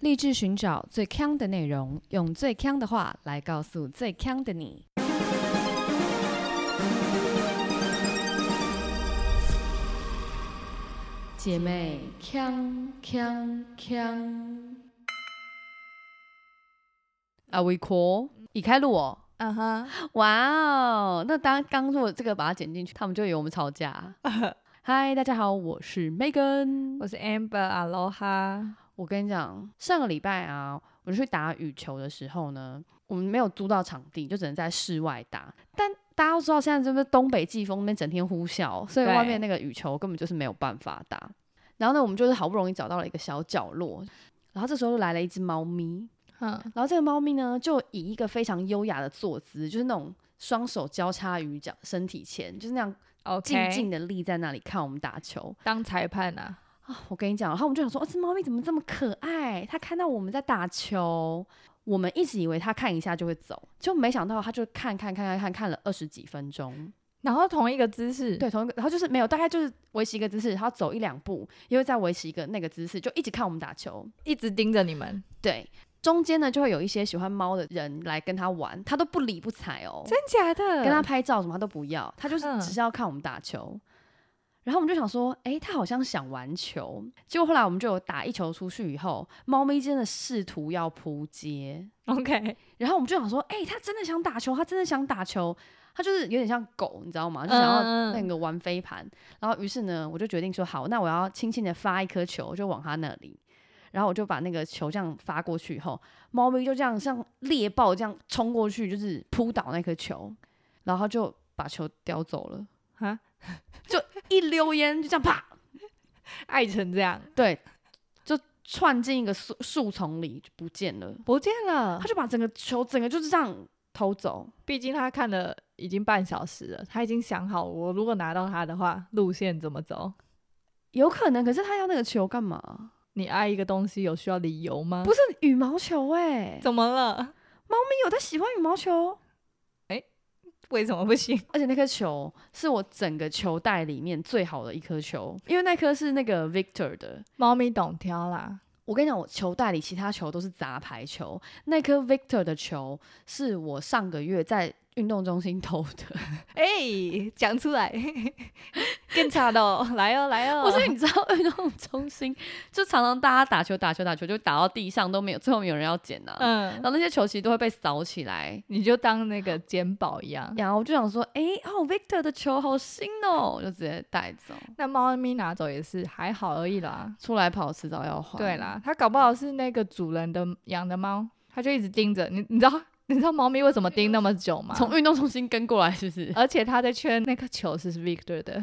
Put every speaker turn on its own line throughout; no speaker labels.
立志寻找最强的内容，用最强的话来告诉最强的你。姐妹，强强强！Are we cool？已开录哦！
嗯哼，
哇哦，那当刚如果这个把它剪进去，他们就以为我们吵架。 嗨，大家好，我是 Megan，
我是 Amber Aloha。
我跟你讲，上个礼拜啊，我去打羽球的时候呢，我们没有租到场地，就只能在室外打。但大家都知道，现在这边东北季风那边整天呼啸，所以
对
外面那个羽球根本就是没有办法打。然后呢，我们就是好不容易找到了一个小角落，然后这时候就来了一只猫咪，
嗯，
然后这个猫咪呢，就以一个非常优雅的坐姿，就是那种双手交叉于脚身体前，就是那样
o
静
k
静的立在那里看我们打球。
当裁判啊，
我跟你讲，然后我们就想说，哦，这猫咪怎么这么可爱？它看到我们在打球，我们一直以为它看一下就会走，就没想到它就看看看看看看了二十几分钟，
然后同一个姿势，
对，同一个，然后就是没有，大概就是维持一个姿势，它走一两步，又会再维持一个那个姿势，就一直看我们打球。
一直盯着你们，
对，中间呢就会有一些喜欢猫的人来跟它玩，它都不理不睬哦，
真假的？
跟它拍照什么它都不要，它就是
嗯
只是要看我们打球。然后我们就想说，诶，它好像想玩球。结果后来我们就有打一球出去以后，猫咪真的试图要扑街。
OK，
然后我们就想说，诶，它真的想打球，它真的想打球，它就是有点像狗，你知道吗？就想要
嗯嗯
那个玩飞盘。然后于是呢，我就决定说，好，那我要轻轻的发一颗球，就往它那里。然后我就把那个球这样发过去以后，猫咪就这样像猎豹这样冲过去，就是扑倒那颗球，然后它就把球叼走了。
啊，
一溜烟就这样啪，
爱成这样，
对，就窜进一个树树丛里就不见了。
不见了
他。就把整个球整个就是这样偷走。
毕竟他看了已经半小时了，他已经想好，我如果拿到他的话，路线怎么走？
有可能，可是他要那个球干嘛？
你爱一个东西有需要理由吗？
不是羽毛球哎、
怎么了？
没有他喜欢羽毛球，
为什么不行？
而且那颗球是我整个球袋里面最好的一颗球，因为那颗是那个 Victor 的。
猫咪懂挑啦，
我跟你讲，我球袋里其他球都是杂牌球，那颗 Victor 的球是我上个月在运动中心偷的。
哎、讲出 来，更差的哦，来哦，来哦，
我说你知道运动中心就常常大家打球打球打球就打到地上都没有，最后没有人要捡呐、
嗯
然，后那些球其实都会被扫起来。
你就当那个捡宝一样。
然后我就想说，哎、哦，Victor 的球好新哦，我就直接带走，
那猫咪拿走也是还好而已啦。
出来跑迟早要还。
对，啦，它搞不好是那个主人的养的猫，它就一直盯着你。你知道你知道猫咪为什么盯那么久吗？
从运动中心跟过来是不是？
而且它在确认那个球是 Victor 的，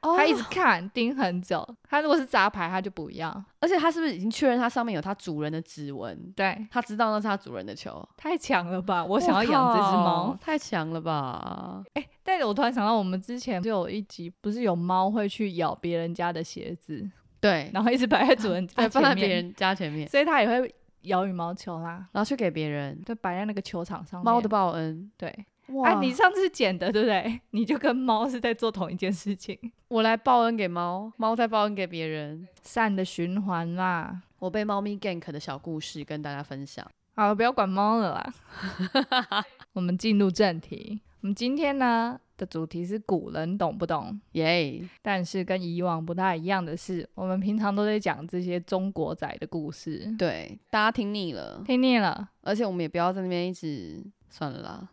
哦
它一直看盯很久。它如果是杂牌，它就不要。
而且他是不是已经确认他上面有他主人的指纹？
对，
他知道那是他主人的球。
太强了吧！我想要养这只
靠
猫。，
太强了吧！
但是我突然想到，我们之前就有一集，不是有猫会去咬别人家的鞋子，
对，
然后一直摆在主 人
对，
家
啊放在
前
别
面，
人家前面，
所以它也会咬羽毛球啦，
然后去给别人。
就摆在那个球场上面。
猫的报恩，
对，
哇！
哎、你上次捡的对不对？ 你就跟猫是在做同一件事情，
我来报恩给猫，猫再报恩给别人。
善的循环啦。
我被猫咪 gank 的小故事跟大家分享。
好了，不要管猫了啦。 我们进入正题，我们今天呢的主题是古人懂不懂？
耶、
但是跟以往不太一样的是，我们平常都在讲这些中国仔的故事，
对，大家听腻了，
听腻了，
而且我们也不要在那边一直算了啦。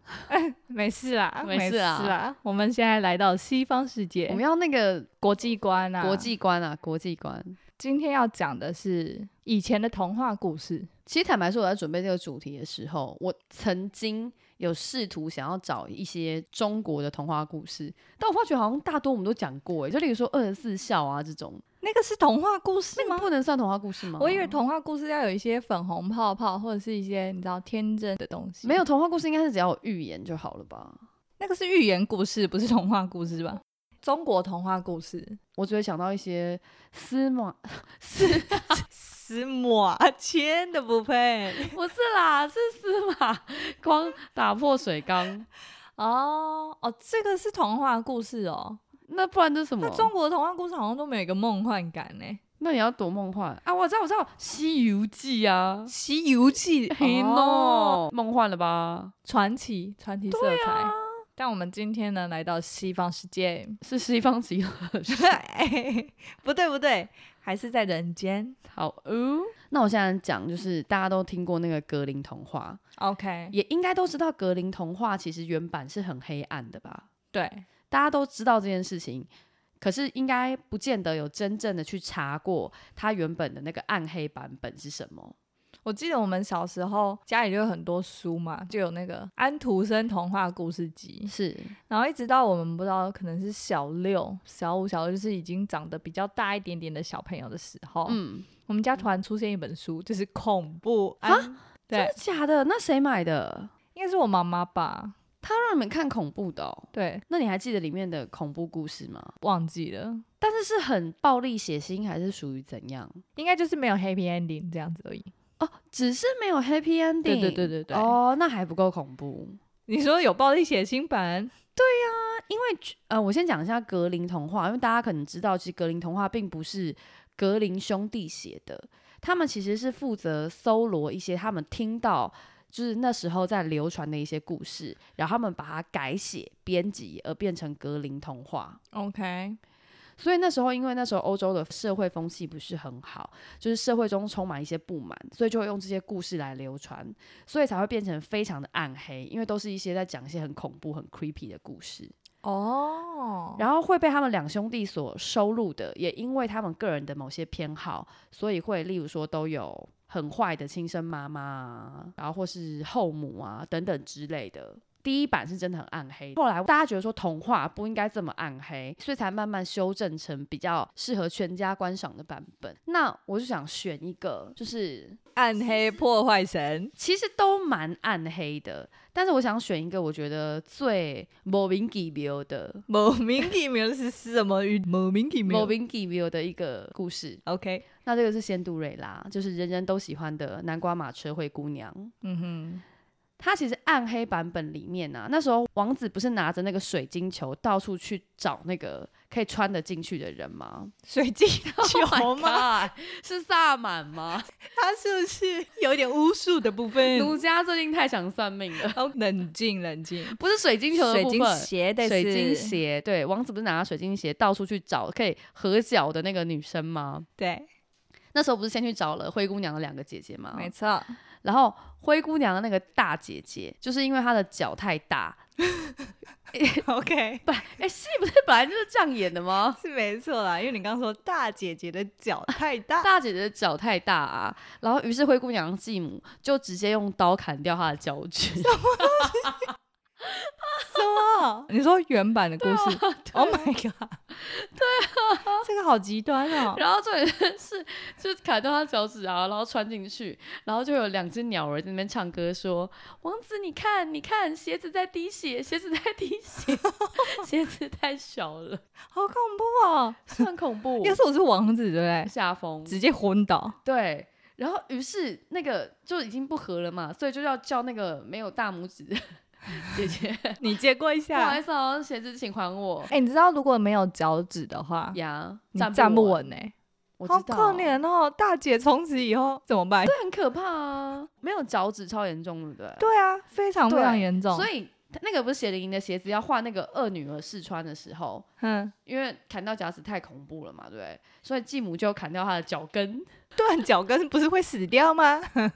没事啦，
没事
事
啊
啦。我们现在来到西方世界，
我们要那个
国际观啊，
国。际观啊，国际观。
今天要讲的是以前的童话故事，
其实坦白说，我在准备这个主题的时候，我曾经有试图想要找一些中国的童话故事，但我发觉好像大多我们都讲过，欸诶，就例如说二十四孝啊这种，
那个是啊童话故事
那个不能算童话故事吗？
我以为童话故事要有一些粉红泡泡，或者是一些你知道天真的东西。
没有，童话故事，应该是只要有寓言就好了吧。
那个是寓言故事，不是童话故事吧？中国童话故 事，
我只会想到一些司 马，
司马迁的不配
不是啦，是司马 光打破水缸，
哦哦，这个是童话故事哦。
那不然这是什么
那？中国童话故事好像都没有一个梦幻感呢。
那也要多梦幻啊！我知道，我知道，《西游记》啊，
《西游记》
嘿
哦，
喏，梦幻了吧？
传奇传奇色彩。但我们今天呢，来到西方世 界，
是西方极乐。
不对不对，还是在人间。
好哦，那我现在讲就是大家都听过那个格林童话，
OK，
也应该都知道格林童话其实原版是很黑暗的吧？
对，
大家都知道这件事情，可是应该不见得有真正的去查过它原本的那个暗黑版本是什么。
我记得我们小时候家里就有很多书嘛，就有那个安徒生童话故事集，
是
然后一直到我们不知道可能是小六、小五、小六，就是已经长得比较大一点点的小朋友的时候，
嗯，
我们家突然出现一本书，就是恐怖安，
真
对
的，假的？那谁买的？
应该是我妈妈吧，
他让你们看恐怖的、哦，
对，
那你还记得里面的恐怖故事吗？
忘记了，
但是是很暴力血腥，还是属于怎样？
应该就是没有 happy ending 这样子而已。
哦，只是没有 happy ending。
对对对对对
哦，那还不够恐怖。
你说有暴力血腥版，
呃，我先讲一下格林童话，因为大家可能知道，其实格林童话并不是格林兄弟写的，他们其实是负责搜罗一些他们听到。就是那时候在流传的一些故事，然后他们把它改写、编辑，而变成格林童话。
OK，
所以那时候，因为那时候欧洲的社会风气不是很好，就是社会中充满一些不满，所以就会用这些故事来流传，所以才会变成非常的暗黑，因为都是一些在讲一些很恐怖、很 creepy 的故事，
哦，
然后会被他们两兄弟所收录的，也因为他们个人的某些偏好，所以会例如说都有很坏的亲生妈妈啊，然后或是后母啊等等之类的。第一版是真的很暗黑，后来大家觉得说童话不应该这么暗黑，所以才慢慢修正成比较适合全家观赏的版本。那我就想选一个，就是
暗黑破坏神，
其实都蛮暗黑的，但是我想选一个我觉得最莫名其妙的、
某名其妙是什么语？某名其
莫
妙。
名其妙的一个故事。
OK，
那这个是仙杜瑞拉，就是人人都喜欢的南瓜马车灰姑娘。
嗯哼，
她其实暗黑版本里面啊，那时候王子不是拿着那个水晶球到处去找那个可以穿得进去的人吗？
水晶 球吗？
吗？是萨满吗？
他是不是有点巫术的部 分？
奴家最近太想算命了，
哦，冷静冷静。
不是水晶球的
水
部
晶
分。
鞋得
水
是
晶鞋，对，王子不是拿着水晶鞋到处去找可以合脚的那个女生吗？
对，
那时候不是先去找了灰姑娘的两个姐姐吗？
没错。
然后灰姑娘的那个大姐姐，就是因为她的脚太大，
OK，
哎，戏不是本来就是这样演的吗？
是没错啦，因为你刚说大姐姐的脚太大，
大姐姐的脚太大啊，然后于是灰姑娘继母就直接用刀砍掉她的脚趾。
说 你说原版的故事、o h my god，对啊，这个好极端 哦。
然后重点是，就是砍掉她脚趾啊，然后穿进去，然后就有两只鸟儿在那边唱歌说：“王子，你看，你看，鞋子在滴血，鞋子在滴血， 鞋子太小了，
好恐怖哦！
是很恐怖。
要是我是王子，对不对？
下风，
直接昏倒。
对，然后于是那个就已经不合了嘛，所以就要叫那个没有大拇指的 姐姐，
你借过一
不好
下。
意思哦，鞋子请还 我
哎、你知道如果没有脚趾的话，
呀，
你
站
站不
稳，
呢、
我知
好
道，
可怜哦，大姐从此以后怎么办？
这很可怕啊，没有脚趾超严重，对不对？
对啊， 非常非
对
常严重。
所以那个不是血淋淋的鞋子要换那个二女儿试穿的时候。
嗯，
因为砍掉脚趾太恐怖了嘛，对不对？所以继母就砍掉她的脚跟、
断脚跟不是会死掉吗？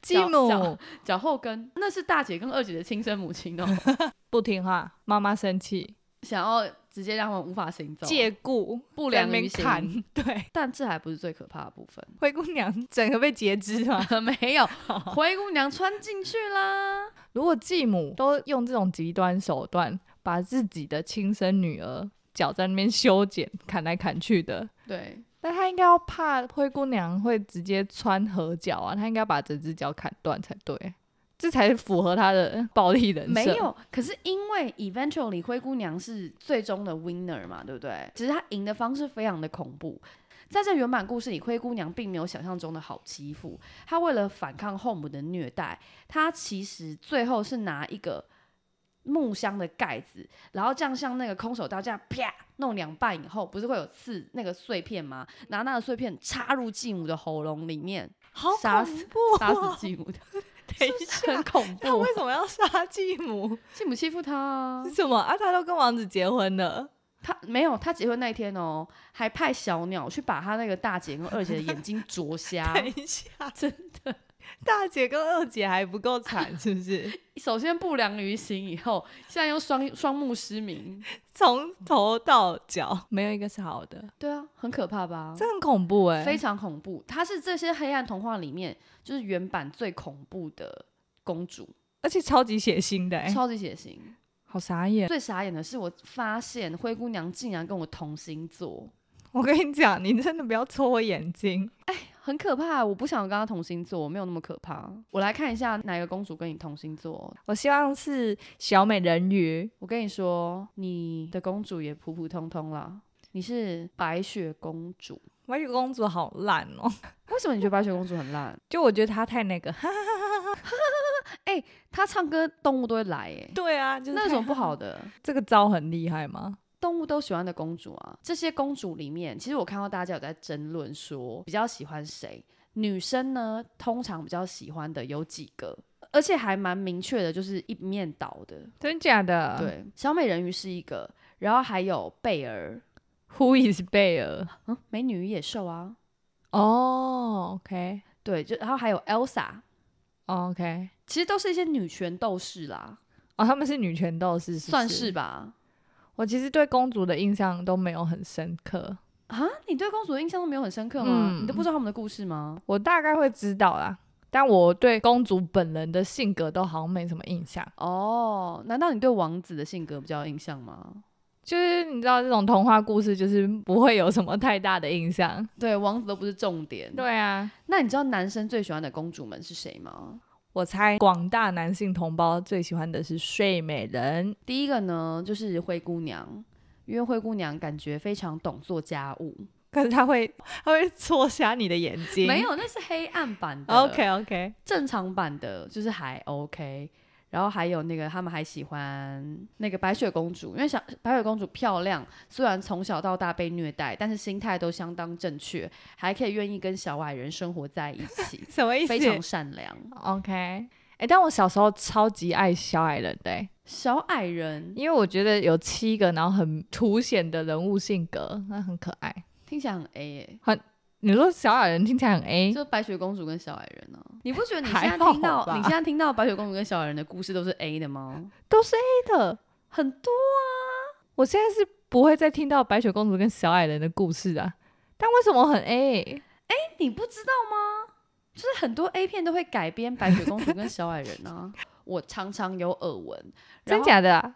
继
脚
母
脚脚后跟，那是大姐跟二姐的亲生母亲哦，
不听话，妈妈生气，
想要直接让他们无法行走，
借故
不
在
良
那边
于行。
砍。对，
但这还不是最可怕的部分，
灰姑娘整个被截肢啊嘛。
没 有灰姑娘穿进去啦。
如果继母都用这种极端手段，把自己的亲生女儿脚在那边修剪，砍来砍去的，
对，
那她应该要怕灰姑娘会直接穿合脚啊，她应该把整只脚砍断才对，这才符合她的 暴力人设。
没有。可是因为 eventually 灰姑娘是最终的 winner 嘛，对不对？只是她赢的方式非常的恐怖。在这原版故事里，灰姑娘并没有想象中的好欺负。她为了反抗后母的虐待，她其实最后是拿一个木箱的盖子，然后这样像那个空手道这样啪弄两半以后，不是会有刺那个碎片吗？拿那个碎片插入劲舞的喉咙里面，
好
杀
恐
死
怖、
杀
哦
死！劲舞的，
等一
很
下，
恐
他
怖
为。什么要杀继母？
继母欺负他、啊
是，什么啊？他都跟王子结婚了，
他没有，他结婚那一天哦，还派小鸟去把他那个大姐跟二姐的眼睛啄瞎。
等一下，啊真的，大姐跟二姐还不够惨，是不是？
首先不良于行以后，现在又双双目失明，
从头到脚没有一个是好的，
对啊，很可怕吧？
这很恐怖哎、
非常恐怖，她是这些黑暗童话里面就是原版最恐怖的公主，
而且超级血腥的哎、
超级血腥。
好傻眼！
最傻眼的是，我发现灰姑娘竟然跟我同星座，
我跟你讲，你真的不要戳我眼睛。
很可怕。我不想跟她同星座，我没有那么可怕。我来看一下哪个公主跟你同星座。
我希望是小美人鱼，
我跟你说，你的公主也普普通通啦。你是白雪公主，
白雪公主好烂哦、
为什么你觉得白雪公主很烂？
就我觉得她太那个， 哈哈
她唱歌动物都会来、欸，
对啊，就是
那有
太
什么不好的？
这个招很厉害吗？
动物都喜欢的公主啊，这些公主里面，其实我看到大家有在争论说比较喜欢谁。女生呢，通常比较喜欢的有几个，而且还蛮明确的，就是一面倒的。
真假的？
对，小美人鱼是一个，然后还有贝儿，
，Who is 贝尔？
嗯，美女与野兽啊，
哦，OK，OK、
对，就然后还有 Elsa，
o k o k
其实都是一些女权斗士啦，
哦，他们是女权斗士，不
算是。吧。
我其实对公主的印象都没有很深刻，
啊，你对公主的印象都没有很深刻吗？
嗯
你都不知道他们的故事吗？
我大概会知道啦，但我对公主本人的性格都好像没什么印象。
哦，难道你对王子的性格比较有印象吗？
就是你知道这种童话故事，就是不会有什么太大的印象。
对，王子都不是重点。，
对啊，
那你知道男生最喜欢的公主们是谁吗？
我猜广大男性同胞最喜欢的是睡美人，
第一个呢，就是灰姑娘，因为灰姑娘感觉非常懂做家务，
可是他会他会戳瞎你的眼睛。
没有，那是黑暗版的。
，OK OK，，
正常版的就是还 OK。然后还有那个，他们还喜欢那个白雪公主，因为小白雪公主漂亮，虽然从小到大被虐待，但是心态都相当正确，还可以愿意跟小矮人生活在一起
什么意思？
非常善良。
OK，哎、但我小时候超级爱小矮人的欸、
小矮人
因为我觉得有七个，然后很凸显的人物性格，那很可爱。
听起来很 A 耶、
你说小矮人听起来很 A，
就白雪公主跟小矮人呢、啊你不觉得你现
还
在听
好
到
吧
你现在听到白雪公主跟小矮人的故事都是 A 的吗？
都是 A 的。
很多啊
我现在是不会再听到白雪公主跟小矮人的故事啊。但为什么很 A？
你不知道吗？就是很多 A 片都会改编白雪公主跟小矮人啊。 我常常有耳闻，然
真
后
假的、啊？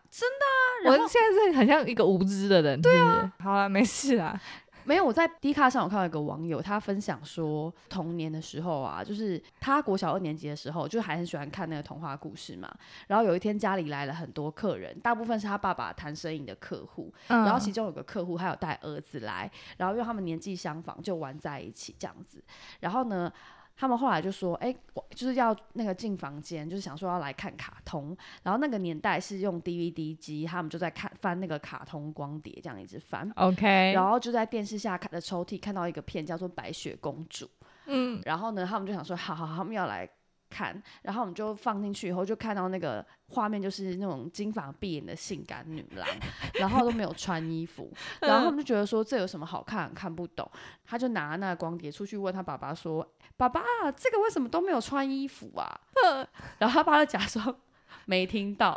然
我
后
现在是很像一个无知的人。对啊，好了，没事啦。
没有，我在 D 卡上有看到一个网友，他分享说，童年的时候啊，就是他国小二年级的时候，就还很喜欢看那个童话故事嘛。然后有一天家里来了很多客人，大部分是他爸爸谈生意的客户，
嗯
然后其中有个客户还有带儿子来，然后因为他们年纪相仿，就玩在一起这样子。然后呢，他们后来就说，哎、我就是要那个进房间，就是想说要来看卡通。然后那个年代是用 DVD 机，他们就在看翻那个卡通光碟，这样一直翻。
OK，
然后就在电视下看的抽屉看到一个片叫做《白雪公主》，
嗯，
然后呢，他们就想说，好好，好他们要来看，然后我们就放进去以后，就看到那个画面就是那种金发碧眼的性感女郎， 然后都没有穿衣服，然后
嗯
他们就觉得说这有什么好看，看不懂，他就拿那个光碟出去问他爸爸说，爸爸，这个为什么都没有穿衣服啊？
嗯
然后他爸就假 装没听到，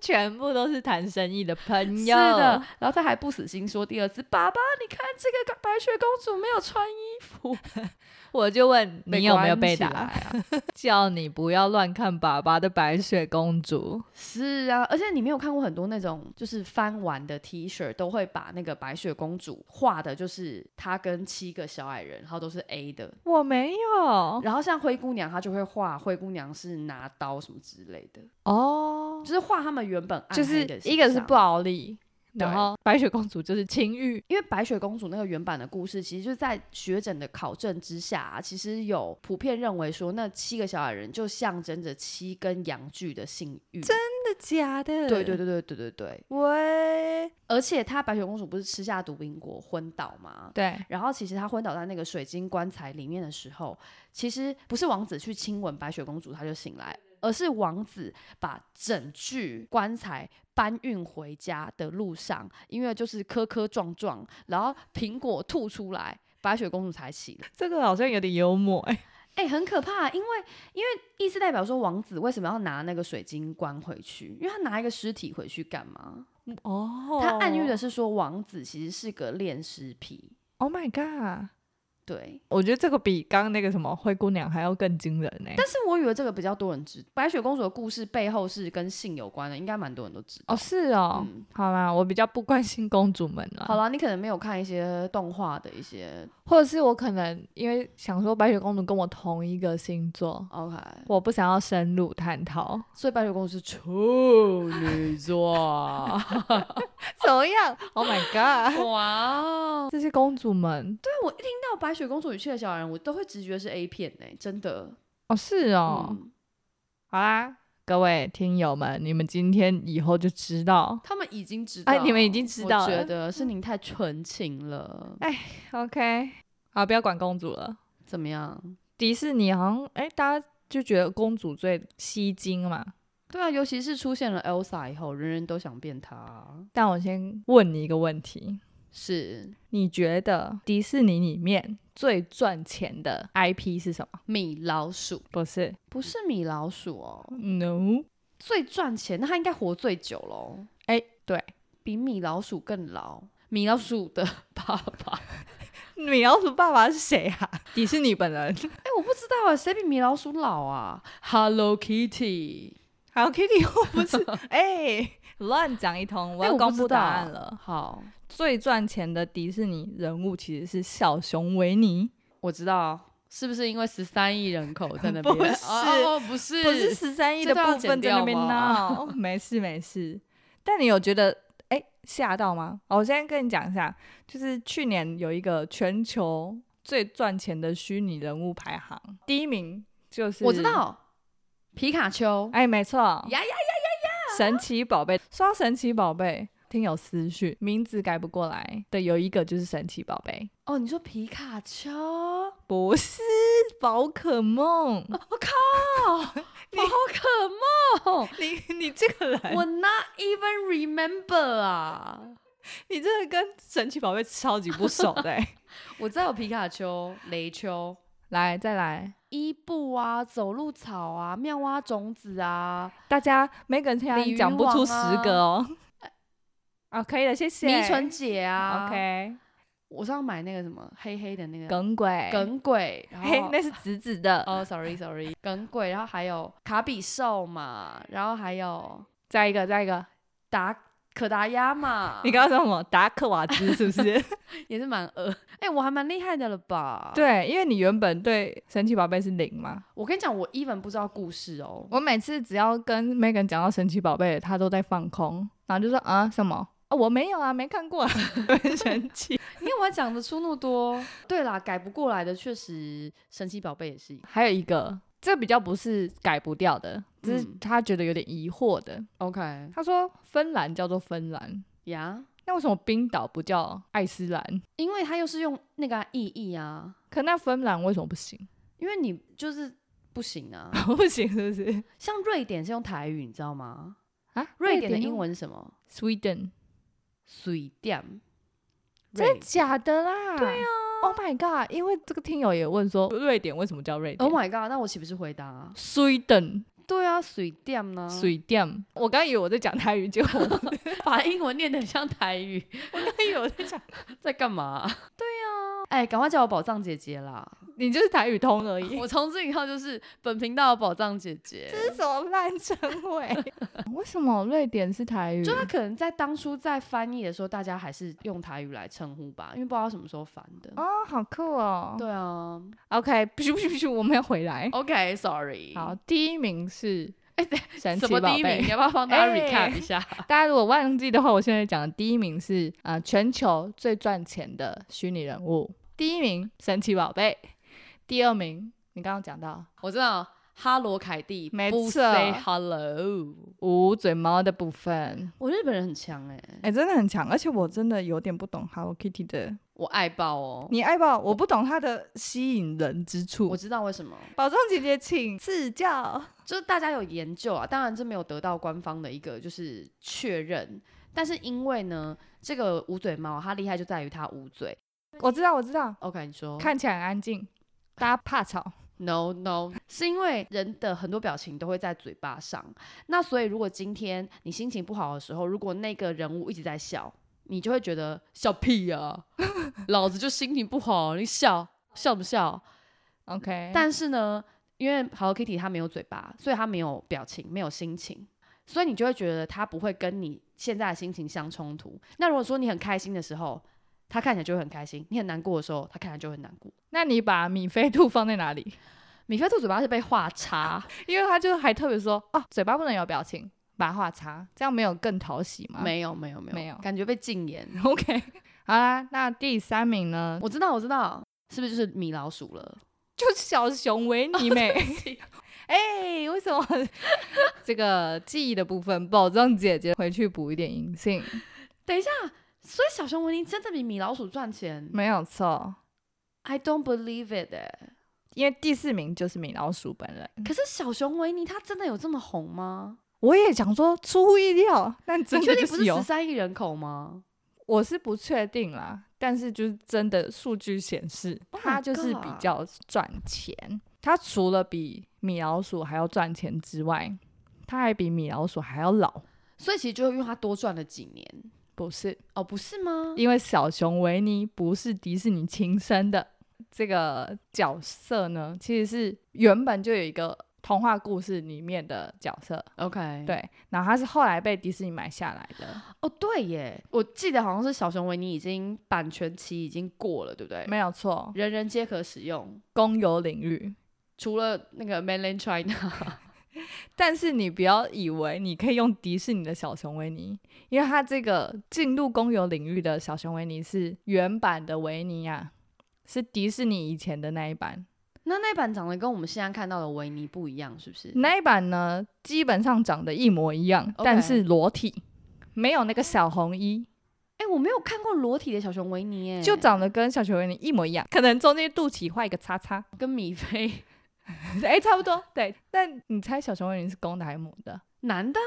全部都是谈生意的朋
是
友。
的，，然后他还不死心说第二次，爸爸，你看这个白雪公主没有穿衣服，
我就问你有没有
关
被
起来
打？
啊？
叫你不要乱看爸爸的白雪公主。
是啊，而且你没有看过很多那种就是翻完的 T 恤，都会把那个白雪公主画的，就是她跟七个小矮人，然后都是 A 的。
我没有
然后像灰姑娘，她就会画灰姑娘是拿刀什么之类的，
哦，
就是画他们原本暗
就是
黑的
一个
形
是
象
暴力，然
对
后白雪公主就是情欲，
因为白雪公主那个原版的故事，其实就在学诊的考证之下、啊，其实有普遍认为说，那七个小矮人就象征着七根阳具的性欲。真
真的假的？
对对，对对对对对。
喂，
而且她白雪公主不是吃下毒苹果昏倒吗？
对，
然后其实她昏倒在那个水晶棺材里面的时候，其实不是王子去亲吻白雪公主，她就醒来，而是王子把整具棺材搬运回家的路上，因为就是磕磕撞撞，然后苹果吐出来，白雪公主才起来。
这个好像有点幽默哎、
哎、很可怕，因为因为意思代表说王子为什么要拿那个水晶棺回去？因为他拿一个尸体回去干嘛？
哦
他暗喻的是说王子其实是个恋尸癖，
，Oh my god！
对。
我觉得这个比刚刚那个什么灰姑娘还要更惊人欸呢、
但是我以为这个比较多人知，白雪公主的故事背后是跟性有关的，应该蛮多人都知道。
哦，是哦，
嗯
好啦，我比较不关心公主们啦。
好啦，你可能没有看一些动画的一些
或者是我可能因为想说白雪公主跟我同一个星座，
OK，
我不想要深入探讨，
所以白雪公主是处女座。
怎么样？Oh my god！
哇！哦
这些公主们，
对我一听到白雪公主与七个小矮人，我都会直觉是 A 片呢、真的。
哦，是哦，
嗯，
好啦，各位听友们，你们今天以后就知道。
他们已经知道，
哎你们已经知道
我觉
了
得是您太纯情了。
OK，好，不要管公主了。
怎么样？
迪士尼好像，哎、大家就觉得公主最吸睛嘛。
对啊，尤其是出现了 Elsa 以后，人人都想变她。啊
但我先问你一个问题：
是
你觉得迪士尼里面最赚钱的 IP 是什么？
米老鼠，
不是
不是米老鼠哦。
嗯？No。
最赚钱，那他应该活最久喽，
哎、对，
比米老鼠更老。哎米老鼠 的爸爸，
米老鼠爸爸是谁啊？ 迪士尼本人。
哎、我不知道啊，谁比米老鼠老啊？Hello Kitty，
Hello Kitty，我不 是。哎、乱讲一通，我
哎
要
我
公
不
布
知道
答案了。
好，
最赚钱的迪士尼人物其实是小熊维尼，
我知道，是不是因为十三亿人口在那边？
不是
哦哦 不是，
不是十三亿
这
的
段要
部分在那边
剪掉
闹。 没事没事，但你有觉得哎吓、到吗？哦我现在跟你讲一下，就是去年有一个全球最赚钱的虚拟人物排行，第一名就是
我知，道，皮卡丘，
哎、没错，
呀呀
神奇宝贝，说到神奇宝贝。听有思绪，名字改不过来的有一个就是神奇宝贝，
哦，你说皮卡 丘，
不是宝可梦，
我靠，宝可 梦，
你你这个人，
我 not even remember 啊。
你这个跟神奇宝贝超级不熟的欸、
我知道有皮卡丘、雷丘、
来，再来，
伊布啊、走路草啊、妙蛙种子啊、
大家每个人现在
鲤鱼
讲不出
王
十
啊
个哦。啊，可以了，谢谢。
迷唇姐啊。
，OK，
我上次买那个什么黑黑的那个
耿鬼，
耿鬼，然
嘿
后，
那是紫紫的。
哦，sorry sorry，耿鬼，然后还有卡比兽嘛，然后还有呃
再一个，再一个，
达可达鸭嘛，
你刚刚说什么？达克瓦兹是不 是？
也是蛮恶，哎、我还蛮厉害的了吧？，
对，因为你原本对神奇宝贝是零嘛。
我跟你讲，我 even 不知道故事哦。
我每次只要跟 Megan 讲到神奇宝贝，他都在放空，然后就说啊什么啊我没有啊，没看过、啊，很神奇。
你看我还讲得出那么多？对啦，改不过来的确实，神奇宝贝也是一个。
还有一个，这比较不是改不掉的，只是
嗯
他觉得有点疑惑的。
OK，
他说芬兰叫做芬兰，
呀、
那为什么冰岛不叫爱斯兰？
因为它又是用那个啊意义啊，
可那芬兰为什么不行？
因为你就是不行啊。
不行是不是？
像瑞典是用台语，你知道吗？
啊，
瑞典的英文是什么？
Sweden，
水电。
真
瑞
的假的啦？对啊，Oh my god！因为这个听友也问说，瑞典为什么叫瑞典
Oh my god！那我岂不是回答、啊？
？Sweden，
对啊，水电呢、
水电。我刚以为我在讲台语，结果我
把英文念得很像台语，
刚以为我在讲，
在干嘛、 对啊，哎，赶快叫我宝藏姐姐啦！
你就是台语通而已。
我从此以后就是本频道的宝藏姐姐。
这是什么烂称谓？ 为什么瑞典是台语？
就他可能在当初在翻译的时候，大家还是用台语来称呼吧，因为不知道什么时候翻的。
哦，好酷哦。
对啊
OK，不是不是不是，我们要回来。
，OK，Sorry、
好，第一名是哎神
什
奇
么
宝
第一名？
贝
你。要不要帮大家
哎
recap 一下？
大家如果忘记的话，我现在讲的第一名是啊、呃全球最赚钱的虚拟人物，第一名神奇宝贝，第二名你刚刚讲到
我知道哈罗凯蒂
没
不
错
say hello，
捂嘴猫的部分，
我日本人很强哎、
哎、真的很强，而且我真的有点不懂 Hello Kitty 的，
我爱爆哦。
你爱爆，我不懂它的吸引人之处
我。知道为什么，
保重姐姐，请赐教。
就是大家有研究啊，当然这没有得到官方的一个就是确认，但是因为呢，这个捂嘴猫它厉害就在于它捂嘴。
我知道，我知道，
OK，你说
看起来很安静，大家怕吵。
No No，是因为人的很多表情都会在嘴巴上，那所以如果今天你心情不好的时候，如果那个人物一直在笑，你就会觉得笑屁呀、 老子就心情不好，你笑笑不笑？
OK，
但是呢，因为 Hello Kitty 它没有嘴巴，所以它没有表情，没有心情，所以你就会觉得它不会跟你现在的心情相冲突。那如果说你很开心的时候，它看起来就会很开心；你很难过的时候，它看起来就会很难过。
那你把米菲兔放在哪里？
米菲兔嘴巴是被画叉，
因为他就还特别说，哦，嘴巴不能有表情，把它画叉，这样没有更讨喜吗？
没有没有没有
没有
感觉被禁 言。
，OK。好啦，那第三名呢，
我知道我知道，是不是就是米老鼠了？
就是小熊维尼 妹。哎、为什么这个记忆的部分，保证姐姐回去补一点银杏，
等一下，所以小熊维尼真的比米老鼠赚钱
没有错。
？I don't believe it 哎、
因为第四名就是米老鼠本人，
可是小熊维尼他真的有这么红吗？
我也想说出乎意料，但真
你
的
确
就
定不是
有
十，三亿人口吗？
我是不确定啦，但是就是真的数据显示，
Oh my
它就是比较赚钱。它除了比米老鼠还要赚钱之外，它还比米老鼠还要老，
所以其实就因为他多赚了几年
不是？
哦，不是吗？
因为小熊维尼不是迪士尼亲生的这个角色呢，其实是原本就有一个童话故事里面的角色，
OK，，
对，然后它是后来被迪士尼买下来的。
哦对耶，我记得好像是小熊维尼已经版权期已经过了，对不对？
没有错，
人人皆可使用，
公有领域。
除了那个 Mainland China，
但是你不要以为你可以用迪士尼的小熊维尼，因为它这个进入公有领域的小熊维尼是原版的维尼啊，是迪士尼以前的那一版。
那那版长得跟我们现在看到的维尼不一样，是不是？
那一版呢，基本上长得一模一样
OK
但是裸体，没有那个小红衣，
哎、我没有看过裸体的小熊维尼耶，
就长得跟小熊维尼一模一样，可能中间肚脐画一个叉叉，
跟米菲
哎、差不多。对，那你猜小熊维尼是公的还是母的？
男的啊，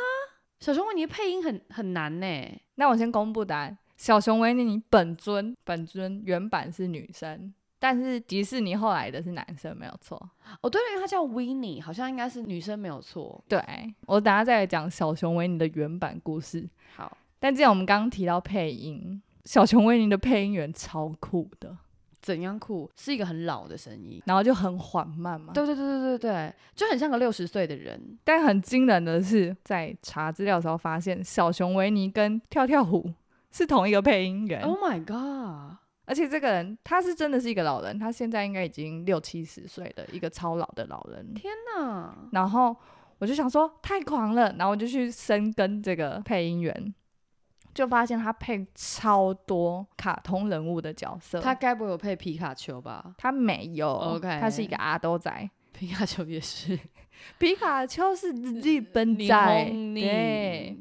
小熊维尼的配音很很难呢。
那我先公布答案：小熊维尼本尊本尊原版是女生，但是迪士尼后来的是男生，没有错。
哦，对了，因为他叫 w i n n i e 好像应该是女生没有错。
对我等下再来讲小熊维尼的原版故事。
好，
但既然我们刚刚提到配音，小熊维尼的配音员超酷的，
怎样酷？是一个很老的声音。
然后就很缓慢嘛。
对对对对对对，就很像个六十岁的人。
但很惊人的是，在查资料的时候发现，小熊维尼跟跳跳虎是同一个配音员，
Oh my god！
而且这个人他是真的是一个老人，他现在应该已经六七十岁的一个超老的老人。
天哪！
然后我就想说太狂了，然后我就去深耕这个配音员，就发现他配超多卡通人物的角色。
他该不会有配皮卡丘吧？
他没有
OK
他是一个阿兜仔，
皮卡丘也是
皮卡丘是日本
你
仔，
呃哄你
对，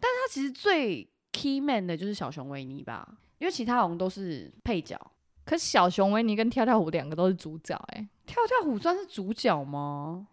但他其实最 key man 的就是小熊维尼吧，因为其他好像都是配角。
可小熊维尼跟跳跳虎两个都是主角、欸，哎，
跳跳虎算是主角吗？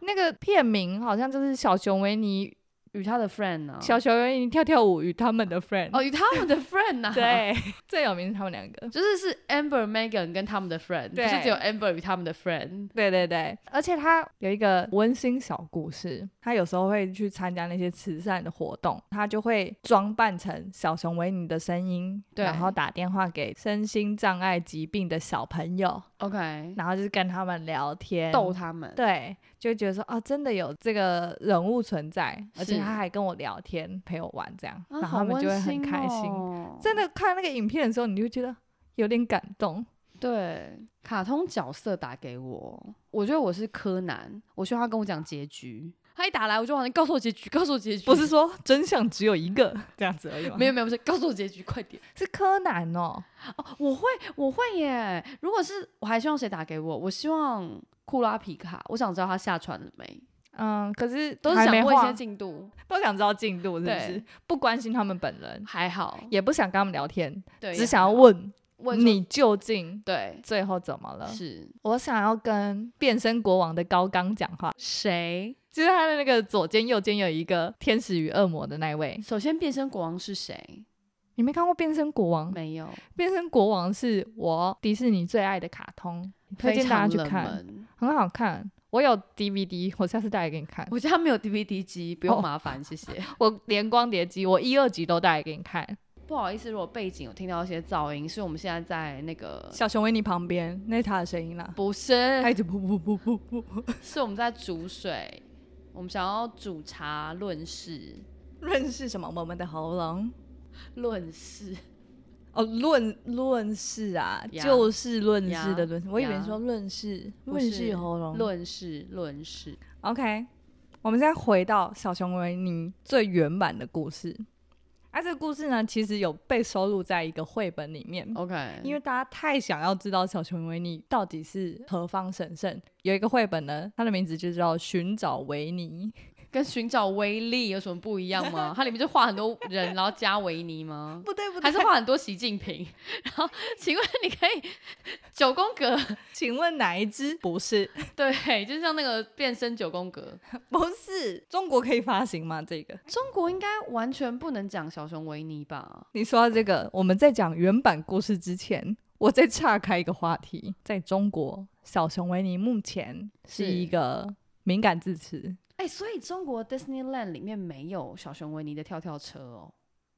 那个片名好像就是小熊维尼、
与他的 friend 呢、
小熊维尼跳跳舞与他们的 friend，、
嗯哦，与他们的 friend 呢、，
对，最有名是他们两个。
就是是 Amber、Megan 跟他们的 friend，不是
对
只有 Amber 与他们的 friend。
对对对，而且他有一个温馨小故事，他有时候会去参加那些慈善的活动，他就会装扮成小熊维尼的声音，
对
然后打电话给身心障碍疾病的小朋友，
OK，
然后就是跟他们聊天，
逗他们。
对，就会觉得说哦，真的有这个人物存在，而且
是
他还跟我聊天，陪我玩这样，
啊
然后
好
他们就会
温
很
馨
开心。
哦
真的看那个影片的时候，你就觉得有点感动。
对，卡通角色打给我，我觉得我是柯南，我希望他跟我讲结局。他一打来，我就好像告诉我结局，告诉我结局。
不是说真相只有一个这样子而已吗？
没有没有不是，告诉我结局，快点。
是柯南哦，
哦，我会我会耶。如果是我还希望谁打给我，我希望库拉皮卡，我想知道他下船了没，
嗯，可是
都是
还
想
没
问一
画
些进度。
都想知道进度是不
对
是？不关心他们本人，
还好，
也不想跟他们聊天，
对，
只想要问
问说
你嗯究竟
对
最后怎么了？
是
我想要跟变身国王的高刚讲话，
谁。
就是他的那个左肩右肩有一个天使与恶魔的那一位。
首先，变身国王是谁？
你没看过变身国王？
没有，
变身国王是我迪士尼最爱的卡通，推
非
荐大
常
家去
冷
看，
门。
很好看。我有 DVD，我下次带来给你看。
我家没有 DVD 机，不用
哦
麻烦，谢谢。
我连光碟机，我一二集都带来给你看。
不好意思，如果背景有听到一些噪音，是我们现在在那个
小熊维尼旁边，那是他的声音啦。
不是
他一直噗噗噗噗噗噗，
是我们在煮水，我们想要煮茶论事，
润是什么？我们的喉咙。
论事
哦，论论事啊，
呀
就是论
呀
事的论事。我以为
呀
你说论事，
不
论
是
事喉咙。
论事论事，
OK，我们现在回到小熊维尼最原版的故事。啊，这个故事呢，其实有被收录在一个绘本里面。
OK，
因
为
为大家太想要知道小熊维尼到底是何方神圣，有一个绘本呢，它的名字就叫《寻找维尼》。
跟寻找威力有什么不一样 吗？它里面就画很多人，然后加维尼吗？
不对不
还是画很多习近平？ 然后，请问你可以九宫格？
请问哪一只？不是，
对，就像那个变身九宫格，
不是，中国可以发行吗？这个？
中国应该完全不能讲小熊维尼吧？
你说到这个，我们在讲原版故事之前，我再岔开一个话题。在中国，小熊维尼目前是
是
一个敏感字词，
哎、所以中国 Disneyland 里面没有小熊维尼的跳跳车哦。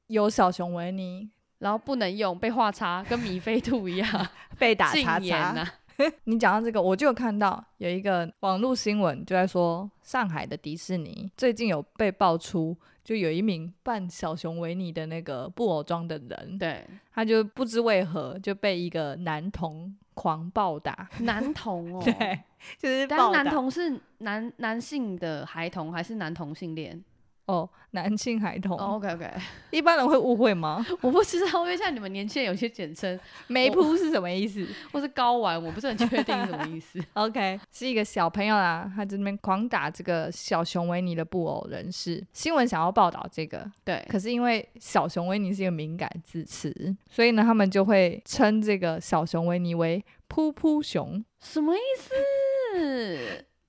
有小熊维尼
然后不能用，被画叉，跟米菲兔一样
被打
禁
叉
言啊
叉。
呐、
你讲到这个，我就有看到有一个网络新闻，就在说上海的迪士尼最近有被爆出，就有一名扮小熊维尼的那个布偶装的 人，
对，
他就不知为何就被一个男童狂暴打，
男童哦，
对，就是
但是
暴打
男童是男男性的孩童还是男同性恋？
哦，男性孩童，
哦、o k OK，
一般人会误会吗？
我不知道，因为现在你们年轻人有些简称
没铺是什么意思
或是睾丸，我不是很确定是什么意 思。
？OK，是一个小朋友啦，他在那边狂打这个小熊维尼的布偶人士。新闻想要报道这个，
对，
可是因为小熊维尼是一个敏感字词，所以呢，他们就会称这个小熊维尼为“噗噗熊
什么意思？”。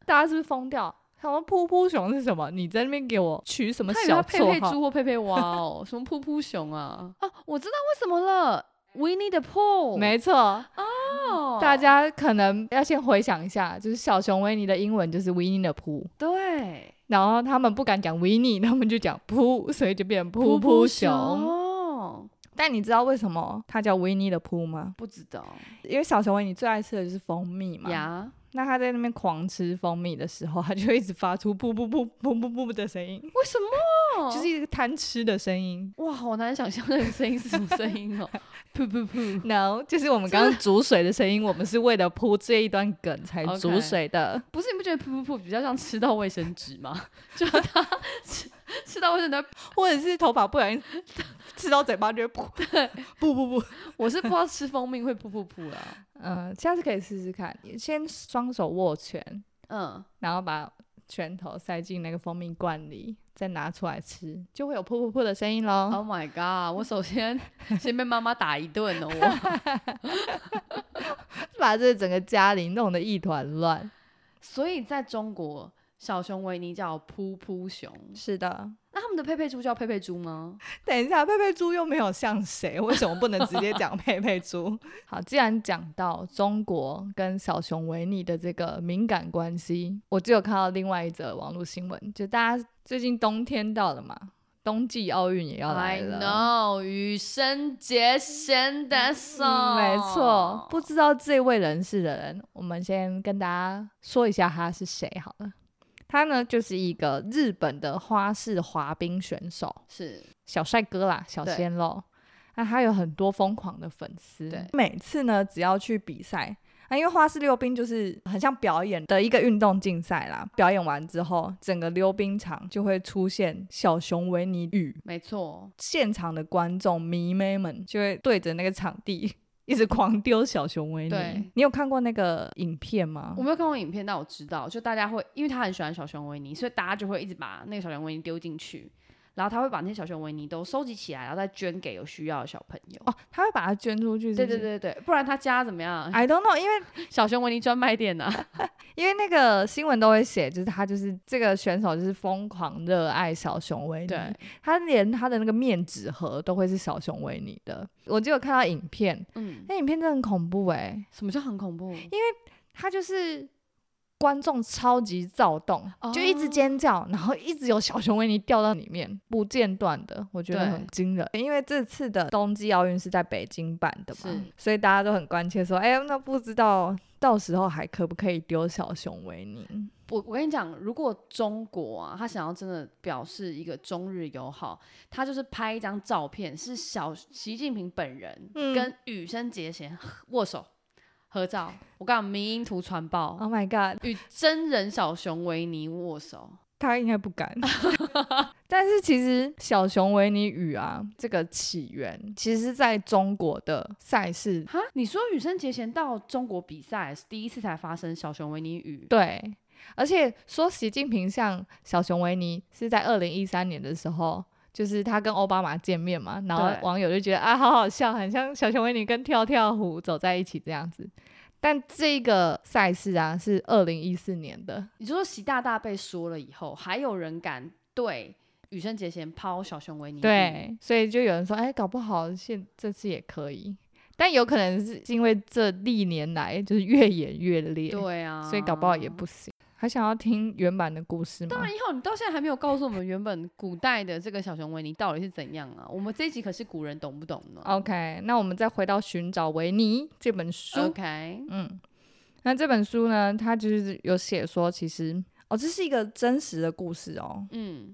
大家是不是疯掉？什么“噗噗熊”是什么？你在那边给我取什么
他以为他
小
佩
绰
佩
号？
猪或佩佩蛙哦， 什么噗噗熊啊？啊，我知道为什么了。维尼的 Pooh，
没错，
哦
大家可能要先回想一下， 就是小熊维尼的英文就是 “Winnie the Pooh”。
对
然后他们不敢讲维尼，他们就讲噗， 所以就变噗噗熊。
哦
但你知道为什么它叫维尼的噗吗？
不知道
因为小熊维尼最爱吃的就是蜂蜜嘛。
呀？
那他在那边狂吃蜂蜜的时候，他就一直发出噗噗噗噗噗噗的声音，
为什么？
就是一个贪吃的声音。
哇，好难想象那个声音是什么声音 哦！噗噗噗，
no，就是我们刚刚煮水的声音，我们是为了铺这一段梗才
OK
煮水的。
不是你不觉得噗噗噗比较像吃到卫生纸吗？ 就他吃吃到卫生纸，
或者是头发不小心 吃到嘴巴就会噗，噗噗噗。
我是不知道吃蜂蜜会噗噗噗啊啦。
嗯、下次可以试试看，先双手握拳，
嗯，
然后把拳头塞进那个蜂蜜罐里，再拿出来吃，就会有噗噗噗的声音喽。
Oh my god！我首先先被妈妈打一顿哦，我
把这整个家里弄得一团乱。
所以在中国，小熊维尼叫噗噗熊，
是的，
那他们的佩佩猪叫佩佩猪吗？
等一下，佩佩猪又没有像谁，为什么不能直接讲佩佩猪？ 好，既然讲到中国跟小熊维尼的这个敏感关系，我就有看到另外一则网络新闻，就大家最近冬天到了嘛，冬季奥运也要来
I
了。
know，羽生结弦的手、
嗯没错，不知道这位人士的人，我们先跟大家说一下他是谁好了。他呢，就是一个日本的花式滑冰选手，
是
小帅哥啦，小
对
鲜肉。那他有很多疯狂的粉丝，
对
每次呢，只要去比赛，啊，因为花式溜冰就是很像表演的一个运动竞赛啦。表演完之后，整个溜冰场就会出现小熊维尼雨，
没错，
现场的观众迷妹们就会对着那个场地 一直狂丢小熊维尼
对。
你有看过那个影片吗
我？没有看过影片，但我知道，就大家会，因为他很喜欢小熊维尼，所以大家就会一直把那个小熊维尼丢进去，然后他会把那些小熊维尼都收集起来，然后再捐给有需要的小朋友。
哦，他会把它捐出去是
对
不是啊
对。对对，不然他家怎么样？
I don't know，因为
小熊维尼专卖店呐、 啊，
因为那个新闻都会写，就是他就是这个选手就是疯狂热爱小熊维尼，
对，
他连他的那个面纸盒都会是小熊维尼的。我就有看到影片，
嗯，
那影片真的很恐怖诶、
什么叫很恐怖？
他就是观众超级躁动，
哦
就一直尖叫，然后一直有小熊维尼掉到里面，不间断的，我觉得
对
很惊人。因为这次的冬季奥运是在北京办的嘛
是，
所以大家都很关切说，哎、那不知道到时候还可不可以丢小熊维尼？
我我跟你讲，如果中国啊，他想要真的表示一个中日友好，他就是拍一张照片，是小习近平本人、
嗯
跟羽生结弦握手合照。我告诉你，迷因图传爆，
Oh my god，
与真人小熊维尼握手。
他应该不敢。 但是其实小熊维尼语啊，这个起源其实是在中国的赛事，
哈，你说羽生结弦到中国比赛是第一次才发生小熊维尼羽，
对。而且说习近平像小熊维尼是在二零一三年的时候，就是他跟奥巴马见面嘛，然后
对
网友就觉得啊，好好笑，很像小熊维尼跟跳跳虎走在一起这样子。但这个赛事啊是二零一四年的，
你就说习大大被说了以后，还有人敢对羽生结弦抛小熊维尼羽？
对，所以就有人说，哎，搞不好现这次也可以，但有可能是因为这历年来就是越演越烈，
对啊，
所以搞不好也不行。还想要听原版的故事吗？
当然，以后你到现在还没有告诉我们原本古代的这个小熊维尼到底是怎样啊？我们这一集可是古人懂不懂
哦
呢
OK，那我们再回到《寻找维尼》这本书。
？OK，
嗯，那这本书呢，它就是有写说，其实哦，这是一个真实的故事哦。
嗯，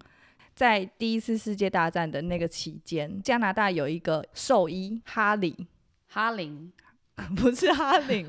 在第一次世界大战的那个期间，加拿大有一个兽医哈里，
哈林，
不是哈林，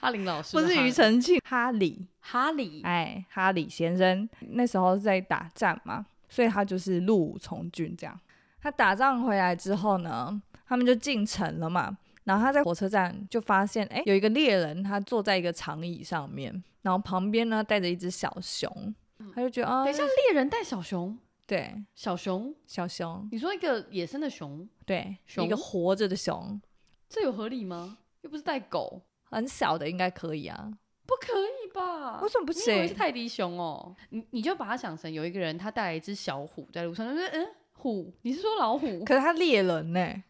哈林老师，
不是庾，澄庆，哈里，
哈里，
哎，哈里先生那时候是在打仗嘛，所以他就是入伍从军这样。他打仗回来之后呢，他们就进城了嘛。然后他在火车站就发现，哎，有一个猎人，他坐在一个长椅上面，然后旁边呢带着一只小熊，他就觉得啊，
嗯等一下，猎人带小熊，
对，
小熊，
小熊，
你说一个野生的熊，
对，
熊
一个活着的熊，
这有合理吗？又不是带狗，
很小的应该可以啊，
不可以吧
为？什么不
你以为是
行？
泰迪熊哦？你你就把它想成有一个人他带来一只小虎在路上，就是嗯虎，你是说老虎？
可是他猎人呢、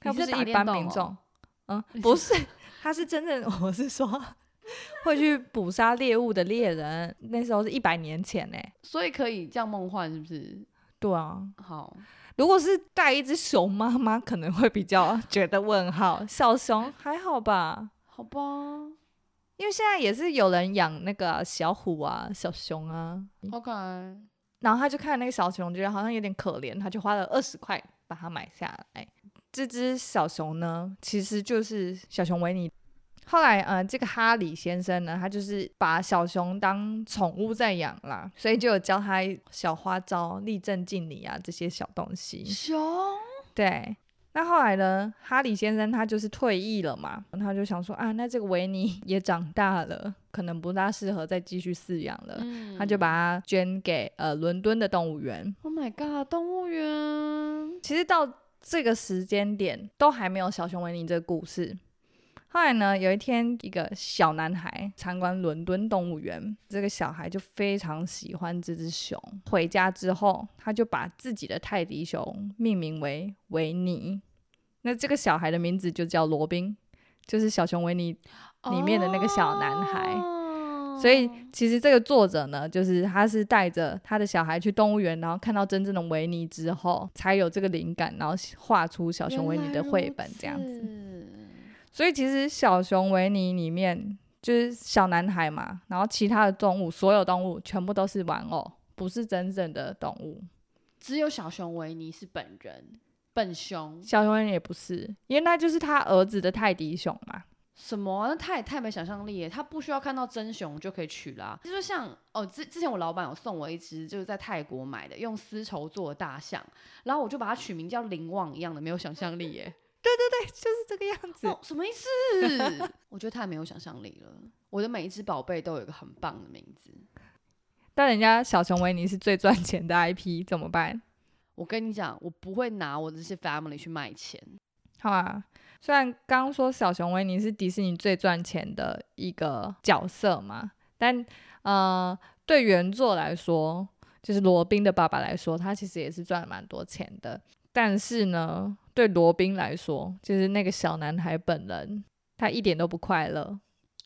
他
你
不
是在
是
打
一
电
般
动
民
哦
众，嗯，不是，他是真正， 我是说会去捕杀猎物的猎人，那时候是一百年前呢、
所以可以这样梦幻是不是？
对啊，
好，
如果是带一只熊妈妈，可能会比较觉得问号。小熊还好吧，
好吧。
因为现在也是有人养那个啊小虎啊、小熊啊，
OK，
然后他就看那个小熊，觉得好像有点可怜，他就花了二十块把它买下来。这只小熊呢，其实就是小熊维尼。后来，呃，这个哈里先生呢，他就是把小熊当宠物在养啦，所以就有教他小花招、立正敬礼啊这些小东西。
熊
对，那后来呢，哈里先生他就是退役了嘛，他就想说啊，那这个维尼也长大了，可能不大适合再继续饲养
嗯
了，他就把它捐给呃伦敦的动物园。
，Oh my god，动物园
其实到这个时间点都还没有小熊维尼这个故事。后来呢，有一天，一个小男孩参观伦敦动物园，这个小孩就非常喜欢这只熊。回家之后，他就把自己的泰迪熊命名为维尼。那这个小孩的名字就叫罗宾，就是小熊维尼里面的那个小男孩
哦
所以其实这个作者呢，就是他是带着他的小孩去动物园，然后看到真正的维尼之后，才有这个灵感，然后画出小熊维尼的绘本这样子。
子。
所以其实小熊维尼里面就是小男孩嘛，然后其他的动物，所有动物全部都是玩偶，不是真正的动物。
只有小熊维尼是本人，本熊，
小熊维尼也不是，因为那就是他儿子的泰迪熊嘛。
什么、啊？那太太没想象力耶，他不需要看到真熊就可以取啦。就像哦，之之前我老板有送我一只，就是在泰国买的，用丝绸做的大象，然后我就把它取名叫林旺一样的，没有想象力耶。
就是这个样 子。
哦，什么意思？ 我觉得太没有想象力了。我的每一只宝贝都有一个很棒的名字。
但人家小熊维尼是最赚钱的 IP，怎么办？
我跟你讲，我不会拿我的这些 family 去卖钱。
好啊，虽然刚刚说小熊维尼是迪士尼最赚钱的一个角色嘛，但呃，对原作来说，就是罗宾的爸爸来说，他其实也是赚了蛮多钱的。但是呢，对罗宾来说，就是那个小男孩本人，他一点都不快乐，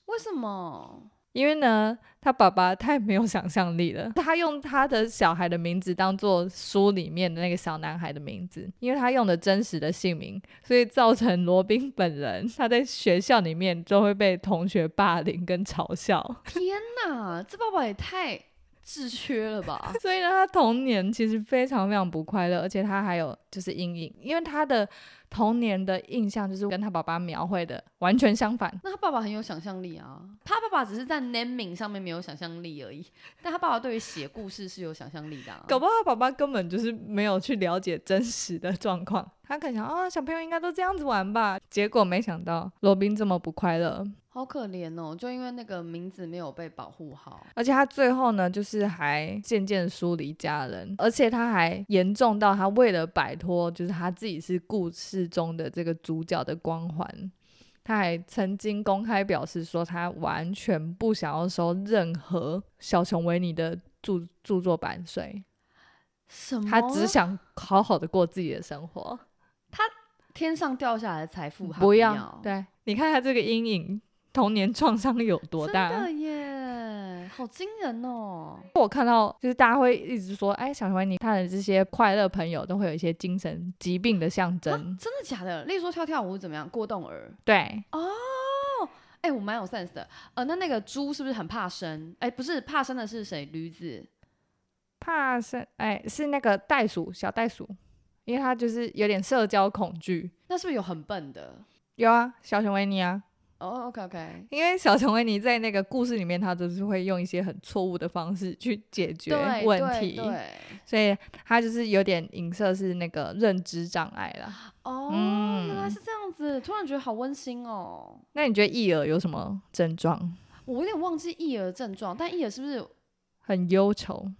为什么？
因为呢，他爸爸太没有想象力了。他用他的小孩的名字当做书里面的那个小男孩的名字，因为他用的真实的姓名，所以造成罗宾本人他在学校里面就会被同学霸凌跟嘲笑。！
天哪，这爸爸也太自缺了吧
所以呢，他童年其实非常非常不快乐，而且他还有就是阴影，因为他的童年的印象就是跟他爸爸描绘的完全相反。
那他爸爸很有想象力啊，他爸爸只是在 naming 上面没有想象力而已，但他爸爸对于写故事是有想象力的、啊。
搞不好他爸爸根本就是没有去了解真实的状况，他可能想啊，小朋友应该都这样子玩吧。结果没想到罗宾这么不快乐，
好可怜哦，就因为那个名字没有被保护好，
而且他最后呢，就是还渐渐疏离家人，而且他还严重到他为了摆脱就是他自己是故事中的这个主角的光环。他还曾经公开表示说，他完全不想要收任何小熊维尼的著著作版税，
什么？
他只想好好的过自己的生活。
天上掉下来的财富，他
不
要，
对，你看他这个阴影，童年创伤有多
真
大
的？耶，好惊人哦！
我看到就是大家会一直说，哎，小熊你他的这些快乐朋友都会有一些精神疾病的象
啊
征，
真的假的？例如说跳跳舞怎么样？过动儿
对，
哦。哎、我蛮有 sense 的。呃，那那个猪是不是很怕生？哎、不是怕生的是谁？驴子。
怕是哎是那个袋鼠小袋鼠，因为他就是有点社交恐惧。
那是不是有很笨的？
有啊，小熊维尼啊，
哦，OK，OK、o k OK，
因为小熊维尼在那个故事里面，他都是会用一些很错误的方式去解决
对
问
对
题，
对，
所以他就是有点影射是那个认知障碍啦。
哦、
嗯
原来是这样子，突然觉得好温馨哦。
那你觉得易耳有什么症状？
我有点忘记易儿症状，但易儿是不是
很忧愁，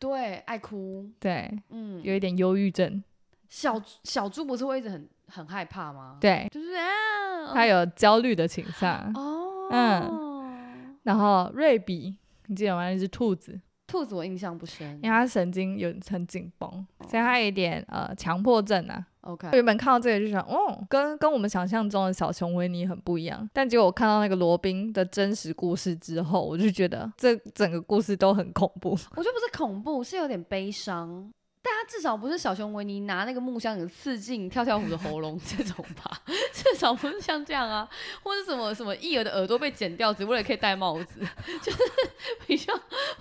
对爱哭？
对，
嗯，
有一点忧郁症，
小小猪不是会一直很很害怕吗？，
对，
就是啊，
他有焦虑的倾向。
哦，
嗯然后瑞比，你记得吗？那只兔子，
兔子我印象不深
因为它神经有很紧绷，所以它有一点呃强迫症啊。
，OK，
原本看到这个就想，哦，跟跟我们想象中的小熊维尼很不一样。但结果我看到那个罗宾的真实故事之后，我就觉得这整个故事都很恐怖。
我觉得不是恐怖，是有点悲伤。但他至少不是小熊维尼拿那个木箱子刺进跳跳虎的喉咙这种吧？ 至少不是像这样啊，或者什么什么艺儿的耳朵被剪掉，只为了可以戴帽子，就是比较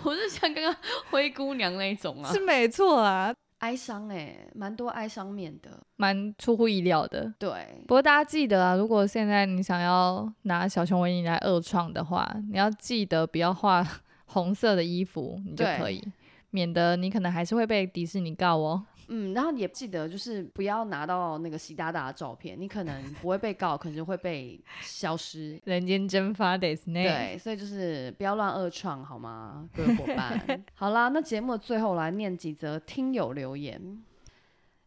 不是像刚刚灰姑娘那一种啊
是，没错啊，
哀伤哎、蛮多哀伤面的。
蛮出乎意料的。
对，
不过大家记得啊，如果现在你想要拿小熊维尼来恶创的话，你要记得不要画 红色的衣服，你就
对
可以，免得你可能还是会被迪士尼告哦。
嗯，然后也记得就是不要拿到那个习大大的照片，你可能不会被告，可能会被消失。
人间蒸发的 s n a
对，所以就是不要乱恶创，好吗，各位伙伴？ 好啦，那节目的最后来念几则听友留言，因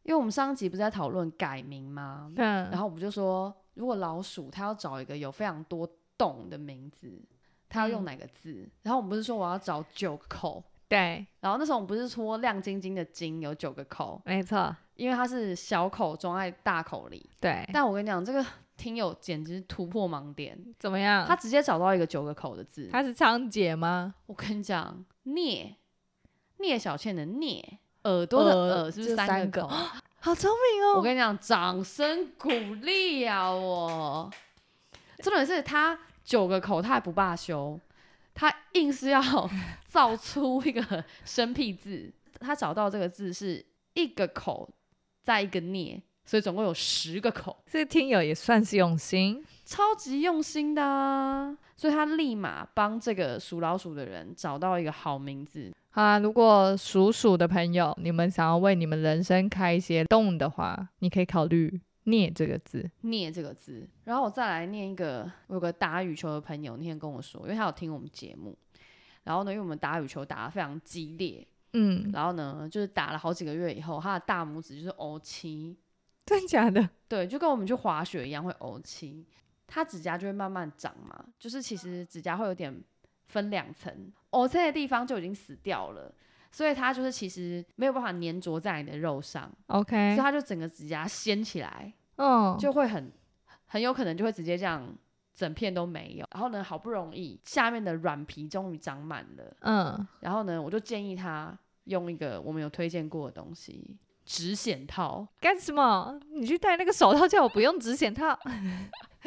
为我们上一集不是在讨论改名吗？
嗯，
然后我们就说，如果老鼠它要找一个有非常多洞的名字，它要用
嗯
哪个字？然后我们不是说我要找九个口，
对，
然后那时候我们不是说亮晶晶的晶有九个口，
没错，
因为它是小口装在大口里。
对，
但我跟你讲，这个听友简直突破盲点，
怎么样？
他
他
直接找到一个九个口的字。
嗯他是仓颉吗？
我跟你讲，聂聂小倩的聂，耳朵的
呃
耳是不是
这
三
三
个
个
口？
好聪明
我跟你讲，掌声鼓励啊！我重点是他九个口，他还不罢休，他硬是 要造出一个生僻字。他找到这个字是一个口，再一个聂，所以总共有十个口，
这个听友也算是用心，
超级用心的、啊。所以他立马帮这个属老鼠的人找到一个好名字。
好啦，如果属鼠的朋友，你们想要为你们人生开一些洞的话，你可以考虑“孽”这个字。
念这个字，然后我再来念一个，我有个打羽球的朋友那天跟我说，因为他有听我们节目，然后呢，因为我们打羽球打得非常激烈，
嗯，
然后呢，就是打了好几个月以后，他的大拇指就是 O 七，
真假的？
对，就跟我们去滑雪一样会 O 七，它指甲就会慢慢长嘛，就是其实指甲会有点分两层，O 七的地方就已经死掉了，所以它就是其实没有办法粘着在你的肉上，所
OK，
以它就整个指甲掀起来，
嗯，
就会很很有可能就会直接这样整片都没有。然后呢，好不容易下面的软皮终于长满了，
嗯，
然后呢，我就建议他用一个我们有推荐过的东西——止显套。
干什么？你去戴那个手套，叫我不用指显套？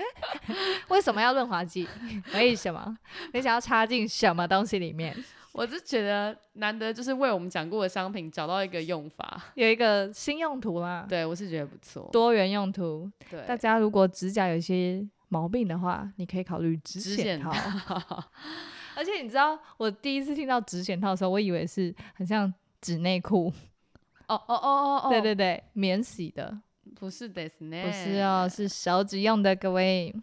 为什么要润滑剂？ 为什么？你想要插进什么东西里面？
我是觉得难得就是为我们讲过的商品找到一个用 法，
有一个新用途啦，
对我是觉得不错。
多元用途。
对，
大家如果指甲有一些毛病的话，你可以考虑指
止
显
显
套，
套。
而且你知道，我第一次听到指显套的时候，我以为是很像纸内裤，
哦哦哦哦哦，
对，对对，免洗的，
不是 d e s n
不是哦，是手指用的，各位。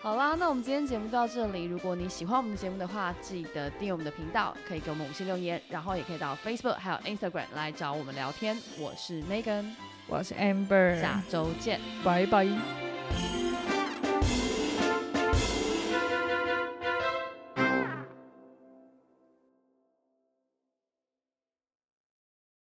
好啦，那我们今天节目到这里。如果你喜欢我们的节目的话，记得订阅我们的频道，可以给我们五星留言，然后也可以到 Facebook 还有 Instagram 来找我们聊天。我是 Megan，
我是 Amber，
下周见。
拜拜。